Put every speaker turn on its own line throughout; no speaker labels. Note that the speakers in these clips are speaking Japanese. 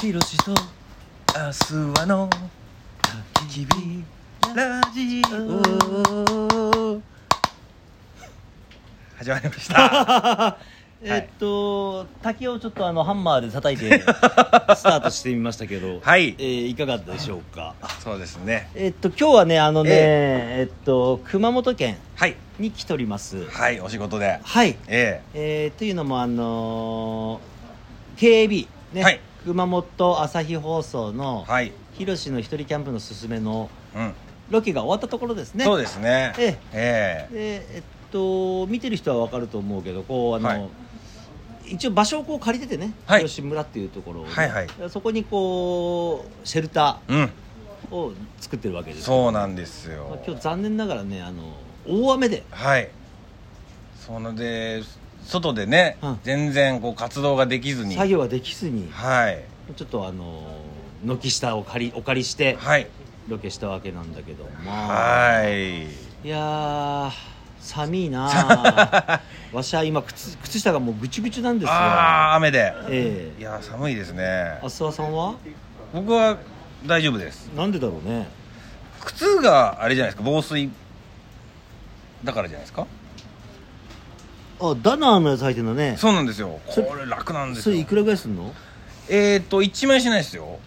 ヒロシとアスワの焚き火ラジオ始まりました
えっと、竹をちょっとあのハンマーで叩 いてスタートしてみましたけど、
はい
えーいかがでしょうか。
そうですね
えっと今日はねあのね、
え
えっと熊本県
はい
に来ております。
はいお仕事で
はい。
え
えーというのもあのー、KB ね、
はい
熊本朝日放送の、
えはい
ひろしの一人キャンプのすすめの
うん
ロケが終わったところですね。
そうですね
ええ
ええ
でえっと見てる人はわかると思うけどこうあの、
はい
一応場所をこう借りててね、
はい
広島村っていうところをね、
はいはい
そこにこうシェルタ
うん
ーを作ってるわけです
そうなんですよ
まあ今日残念ながらねあの大雨で
はいそので外でね、
うん
全然こう活動ができずに
作業ができずに
はい
ちょっとあの軒下を借りお借りして
はい
ロケしたわけなんだけどまあ
はい
いやー寒い なあわしは今靴靴下がもうぐちゅぐちゅなんですよ
ああ雨で
え
い
え
や寒いですね
あすわさんは
僕は大丈夫です
なんでだろうね
靴があれじゃないですか防水だからじゃないですか
あダナーのやつ入ってんだね
そうなんですよ
それ
これ楽なんです
それ
よ
いくらぐらいすんの
えっ、ー、と1万円しないですよ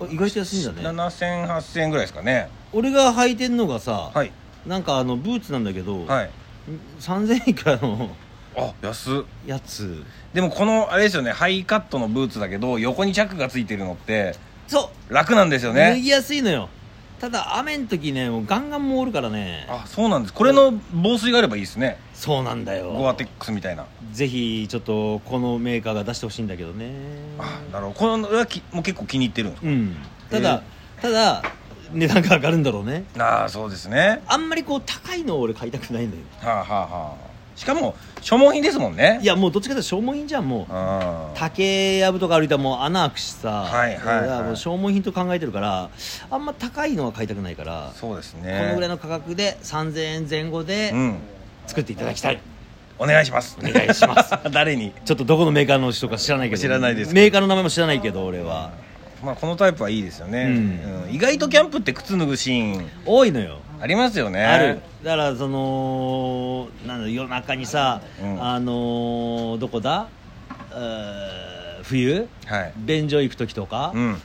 あ意外と安いんだね
70008000円ぐらいですかね
俺が履いてんのがさ、
はい
なんかあのブーツなんだけど、
はい
3000円以下の
あ安っ
やつ
でもこのあれですよねハイカットのブーツだけど横にチャックがついてるのって
そ
楽なんです
う、
よ
脱
ね
ぎやすいのよただ雨の時ねもうガンガンもうおるからね
あそうなんですこれの防水があればいいですね
そうなんだ
ゴア
よ
テックスみたいな
ぜひちょっとこのメーカーが出してほしいんだけどね
あなるほどこのはきもう結構気に入ってるんです
うんただ、ただ値段が上がるんだろうね
かああそうですね
あんまりこう高いのを俺買いたくないのよ
はあはあはあしかも所望品ですもんね
いやもうどっちかというと消耗品じゃんもう
あー
竹やぶとか歩いたらもう穴開くしさ、
はいはいはい
だからもう消耗品と考えてるからあんま高いのは買いたくないから、
そうです
このぐらい
ね
の価格で3000円前後で
うん
作っていただきたい、
お願いします
お願いします
誰に
ちょっとどこのメーカーの人か知らないけど
知らないですけど
メーカーの名前も知らないけど俺は
まあこのタイプはいいですよね、
うん
うん意外とキャンプって靴脱ぐシーン
多いのよ
ありますよね
あるだからそのなんだ夜中にさ、
うん
あのーどこだえー冬
はい
便所行く時とか、
うん
もう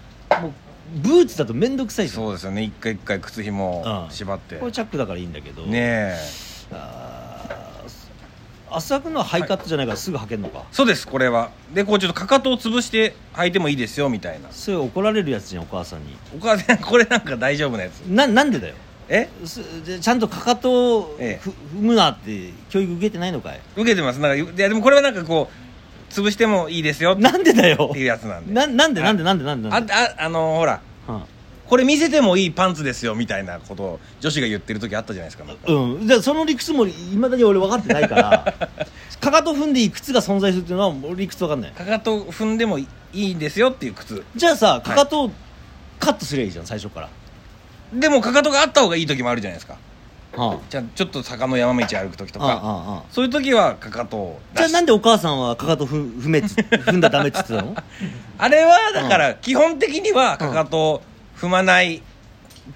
ブーツだと面倒くさいじゃん
そうですよね一回一回靴ひも
うん
縛って、
これチャックだからいいんだけど
ねえ
あー浅くのはハイカットじゃないからすぐ履けんのか、
そうですこれはでこうちょっとかかとを潰して履いてもいいですよみたいな
それ怒られるやつじゃんお母さんに
お母さん これなんか大丈夫なやつ
ななんでだよ
え
すでちゃんとかかとをふ、
ええ
踏むなって教育受けてないのかい
受けてますなんかいやでもこれはなんかこう潰してもいいですよっ
なんでだよ
ていうやつなんで
ななんで
は
ないんでなんでなんでな
あ
んで
ああのほら
は
これ見せてもいいパンツですよみたいなことを女子が言ってる時あったじゃないですかなんか
あうん、じゃあその理屈もいまだに俺分かってないから かかと踏んでいい靴が存在するっていうのはもう理屈分かんない
かかと踏んでもいいんですよっていう靴
じゃあさかかとをカットすりゃいいじゃん最初から、
でもかかとがあった方がいい時もあるじゃないですか
は
じゃあちょっと坂の山道歩く時と
あ、あああ
か
ああ
そういう時はかかとを出
じゃあ
す
なんでお母さんはかかと踏踏めっ つ踏んだらダメっつってたの
あれはだから基本的にはかかとを踏まない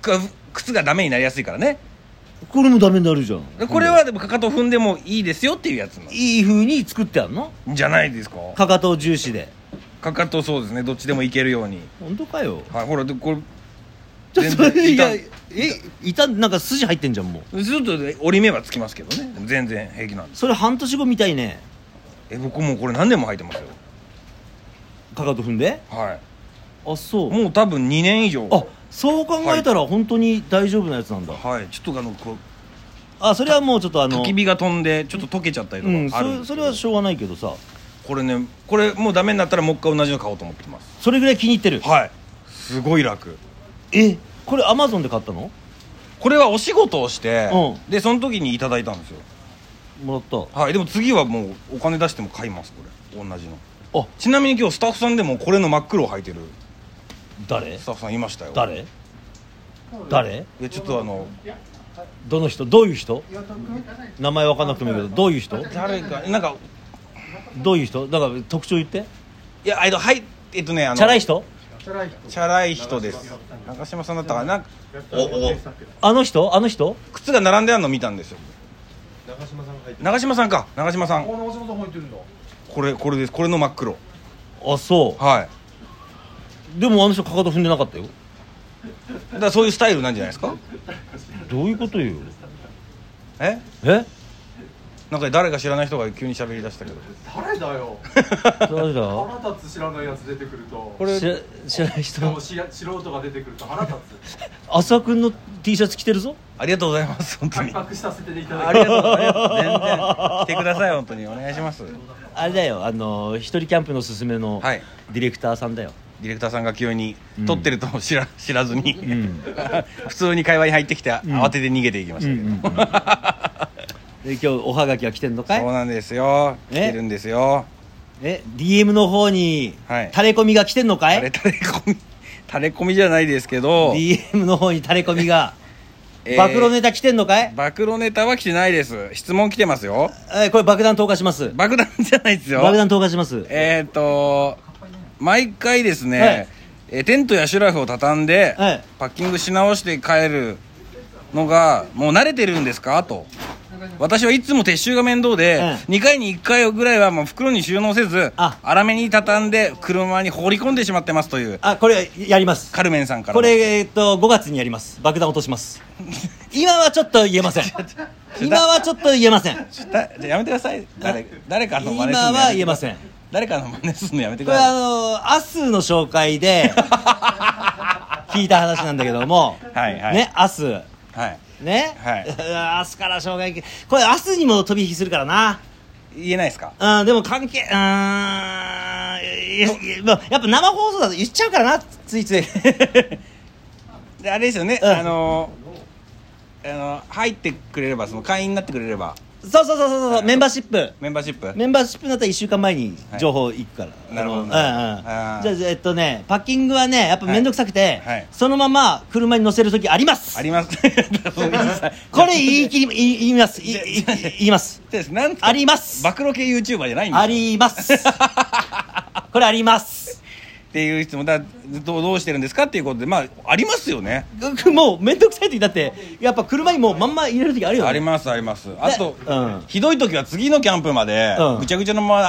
く靴がダメになりやすいからね
これもダメになるじゃん
でこれはでもかかとを踏んでもいいですよっていうやつなん
いい風に作ってあんの
じゃないですか
かかと重視で
かかとそうですねどっちでもいけるように
本当かよ
はいほらでこれ
じゃあ
全
そ
然
れいや
い
えいたなんか筋入ってんじゃんもう
ちょっとね折り目はつきますけどねでも全然平気なんです
それ半年後みたいね
え僕もうこれ何年も履いてますよ
かかと踏んで
はい
あそう
もう多分2年以上
あそう考えたら本当に大丈夫なやつなんだ、
はいちょっとあのこう
あそれはもうちょっとあの
焚き火が飛んでちょっと溶けちゃったりと
う
かあるん
ん
です
そ
けど、
れそれはしょうがないけどさ
これねこれもうダメになったらもう一回同じの買おうと思ってます
それぐらい気に入ってる
はいすごい楽
えこれアマゾンで買ったの
これはお仕事をして、
う
でその時にいただいたんですよ
もらった
はいでも次はもうお金出しても買いますこれ同じの
あ
ちなみに今日スタッフさんでもこれの真っ黒を履いてる
誰
スタッフさんいましたよ
誰誰
いやちょっとあの
どの人どういう人名前分かんなくてもいいけどどういう人
誰かなんか
どういう人だから特徴言って
いやあのはいえっとねあの
チャラい人
チャラい人です長嶋さんだったかなおお
あの人あの人
靴が並んであるの見たんですよ
長嶋さんが入ってる
長嶋さんか長嶋さ
あ
ん
長嶋さん入ってるんだ
これこれですこれの真っ黒
あそ
は
うでもあの人かかと踏んでなかったよ
いだからそういうスタイルなんじゃないですか
どういうことよ
え
え
なんか誰か知らない人が急に喋り出したけど
誰だよ
誰だ
腹立つ知らないやつ出てくると
これ
知ら知らない
しかも
人
し素人が出てくると腹立つ
浅尾君の T シャツ着てるぞ
ありがとうございます本当
圧
に
迫させていた
あ
だ
り
き
がとうございます全然来てください本当にお願いします
あれだよあの一人キャンプのすすめの
はい
ディレクターさんだよ、
ディレクターさんが急に
うん
撮ってるとも知ら知らずに、
ん
普通に会話に入ってきて
ん
慌てて逃げていきましたけど、
で今日おはがきは来てんのか
そう
い
なんですよ来
ね
てるんですよ
え DM の方に
はい
タレコミが来てんのか
垂
い、
れ垂れ込み 垂れ込みじゃないですけど、
DM の方にタレコミが、
えー
暴露ネタ来てんのかい、
暴露ネタは来てないです質問来てますよ
えーこれ爆弾投下します
爆弾じゃないですよ
爆弾投下します
えっ、と毎回ですね、
はい
えーテントやシュラフを畳んで、
はい
パッキングし直して帰るのがもう慣れてるんですかと私はいつも撤収が面倒で、
う
2回に1回ぐらいはもう袋に収納せず
あ
粗めに畳んで車に放り込んでしまってますという
あこれやります
カルメンさんから
これえーっと5月にやります爆弾落とします 今はちょっと言えません今はちょっと言えませんこ
ちょだじゃあやめてください誰誰かの真似するの
今は言えま
ん
せん
誰かの真似するのやめてく
れ
ださい
あのアスの紹介 で聞いた話なんだけども
はいはい
ねアス
はい
ね、
は
明日から障害これ明日にも飛び火するからな
言えないですか
うんでも関係うーんいやいやまあやっぱ生放送だと言っちゃうからなついつい
であれですよね、
うん
あのあの入ってくれればその会員になってくれれば
そうそうそうそうそうメンバーシップ
メンバーシップ
メンバーシップになったら1週間前に
はい
情報行くから、
なるほど
あのうんうん
あー
じゃあえっとねパッキングはねやっぱ面倒くさくて、
はいはい
そのまま車に乗せる時あります
あり ますそう言いなさい
これ言い切り言い言いますいいい言 います
そうですなん
あります
暴露系 YouTuber じゃないんです
ありますこれあります
っていう質問だどうどうしてるんですかっていうことでまあありますよね
もう面倒くさい時だってやっぱ車にもうまんま入れる時あるよね
ありますありますあと、
うん
ひどい時は次のキャンプまで、
うん
ぐちゃぐちゃのま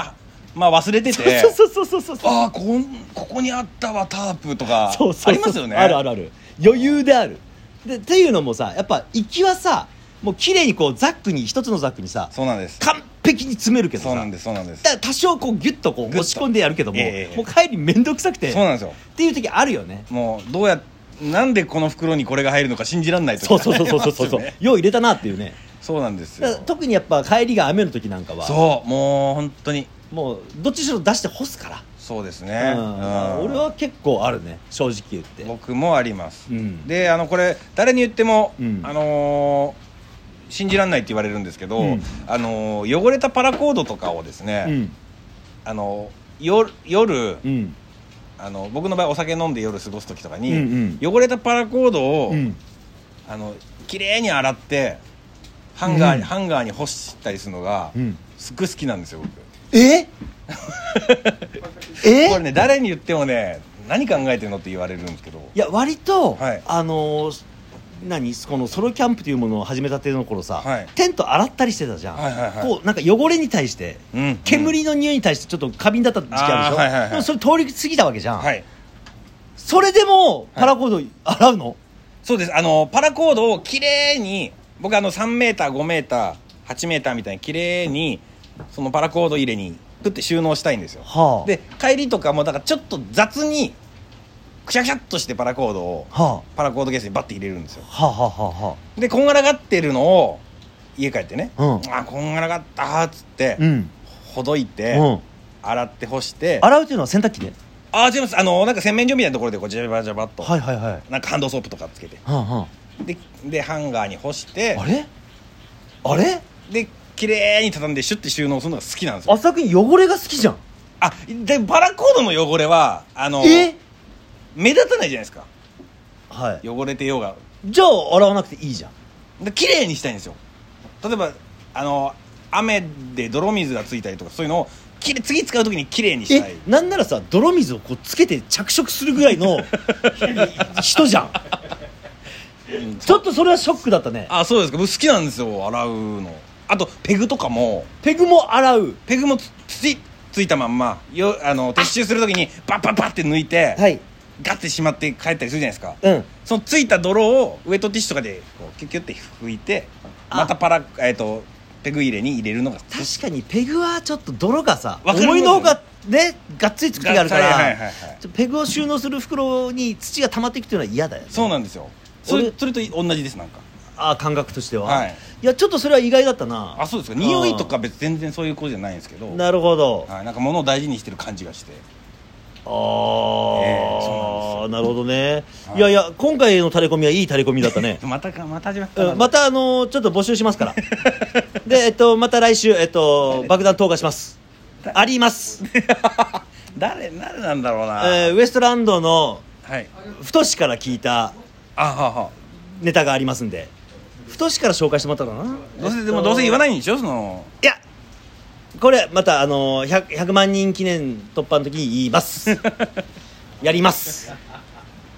ま、まあ、忘れてて
そうそうそうそうそう
ああこんここにあったわタープとか
そうそうそう
ありますよね
あるあるある余裕であるでっていうのもさやっぱ行きはさもう綺麗にこうザックに一つのザックにさ
そうなんです
完璧に詰めるけど
そう
さ
なんですそうなんです
だから多少こうギュッとこう
グッと
押し込んでやるけども、
ええ
もう帰り面倒くさくて
そうなんですよ
っていう時あるよね
もうどうやなんでこの袋にこれが入るのか信じらんないと
そうそうそうそうそうそう、よう入れたなっていうね
そうなんですよ
だから特にやっぱ帰りが雨の時なんかは
そうもう本当に
もうどっちしろ出して干すか
そうです
ら、
ね、
うん俺は結構あるね正直言って
僕もあります、
うん
であのこれ誰に言っても、
うん
あのー信じらんないって言われるんですけど、
うん
あのー汚れたパラコードとかをですね、
うん
あのー夜夜
うん
あの僕の場合お酒飲んで夜過ごす時とかに、
うん
汚れたパラコードを、
うん
あの綺麗に洗ってハンガーに、
うん
ハンガーに干したりするのが、
うん
すっごい好きなんですよ僕
ええ
これね誰に言ってもね何考えてるのって言われるんですけど
いや割と、
はい
あのー何このソロキャンプというものを始めたての頃さ、
はい
テント洗ったりしてたじゃん、
はいはいはい
こうなんか汚れに対して、
うん
煙の匂いに対してちょっと過敏だった時期あるでしょ、
あーはいはいはい
でもそれ通り過ぎたわけじゃん、
はい
それでもパラコード洗うの、
そうですあのパラコードを綺麗に僕あの 3m5m8m みたいに綺麗にそのパラコード入れにプッて収納したいんですよ
はあ
で帰りとかもだからちょっと雑にくしゃくしゃっとしてパラコードを
は
パラコードケースにバッて入れるんですよ
あはあはあはあは
でこんがらがってるのを家帰ってね、
うん
あこんがらがったーっつって、
あうん、
ほどいて、
うん
洗って干して
洗うというのは洗濯機で
あー違いますあのなんか洗面所みたいなところでこうジャバジャバっと、
はいはいはいは
なんかハンドソープとかつけて
あは
ででハンガーに干して
ああれあれ
で綺麗に畳んでシュッて収納するのが好きなんですよ
浅くに汚れが好きじゃん
あでバラコードの汚れはあの
え
目立たないじゃないですか
はい
汚れてようが
じゃあ洗わなくていいじゃん
で綺麗にしたいんですよ例えばあの雨で泥水がついたりとかそういうのをきれ次使う時にきれいにしたい
えなんならさ泥水をこうつけて着色するぐらいの 人じゃん
うん
ちょっとそれはショックだったね
あそうですか僕好きなんですよ洗うのあとペグとかも
ペグも洗う
ペグもつつついたまんまよあの撤収する時にバッバッバッって抜いて、
はい
ガッてしまって帰ったりするじゃないですか
うん
そのついた泥をウェットティッシュとかでこうキュッキュッて拭いて
あ
またパラえっ、とペグ入れに入れるのが
確かにペグはちょっと泥がさ
わかります
思いのほかねがっつりつく時があるか
が
ら、
っつりはいはいはいはい
ちょっとペグを収納する袋に土が溜まっていくっていうのは嫌だよ、ね、
そうなんですよそれ
俺
それと同じですなんか
あー感覚としては、
はいい、
やちょっとそれは意外だったな
あそうですか
ん
匂いとか別全然そういう子じゃないんですけど
なるほど、あ
はい、なんか物を大事にしてる感じがして
あ、
ええそうなんですよ
なるほどね、、
はいい
やいや今回のタレコミはいいタレコミだったね
またかまた始まった
うんまたあのーちょっと募集しますから で、えっと、また来週、えっと、爆弾投下しますあ ります、
誰誰なんだろうな、
えーウエストランドの
はい
太しから聞いた
あはは
ネタがありますんで太しから紹介してもらったかな
どうせでもどうせ言わ
ない
ないんでしょその
いやこれまたあの 100, 100万人記念突破の時に言います やります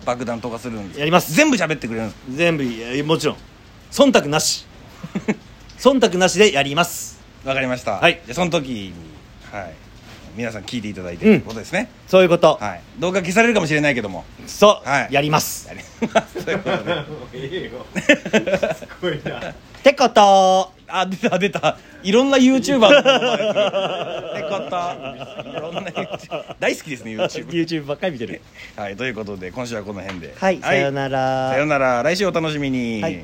爆弾とかするんです
やります
全部喋ってくれるんです
全部いやもちろん忖度なし忖度なしでやります
わかりました
はい
じゃあその時にはい皆さん聞いていただいて
うん
ということですね、
そういうこと、
はい動画消されるかもしれないけども
そう、
はい
やります
やりますということで
えよ。すごいな。
ってこと
あ出た出たいろんな YouTuber の名前ってこといろんな YouTuber 大好きですね YouTube
YouTube ばっかり見てる
はいということで今週はこの辺で
はい、さよう
ら
なら
さよなら来週お楽しみに、
はい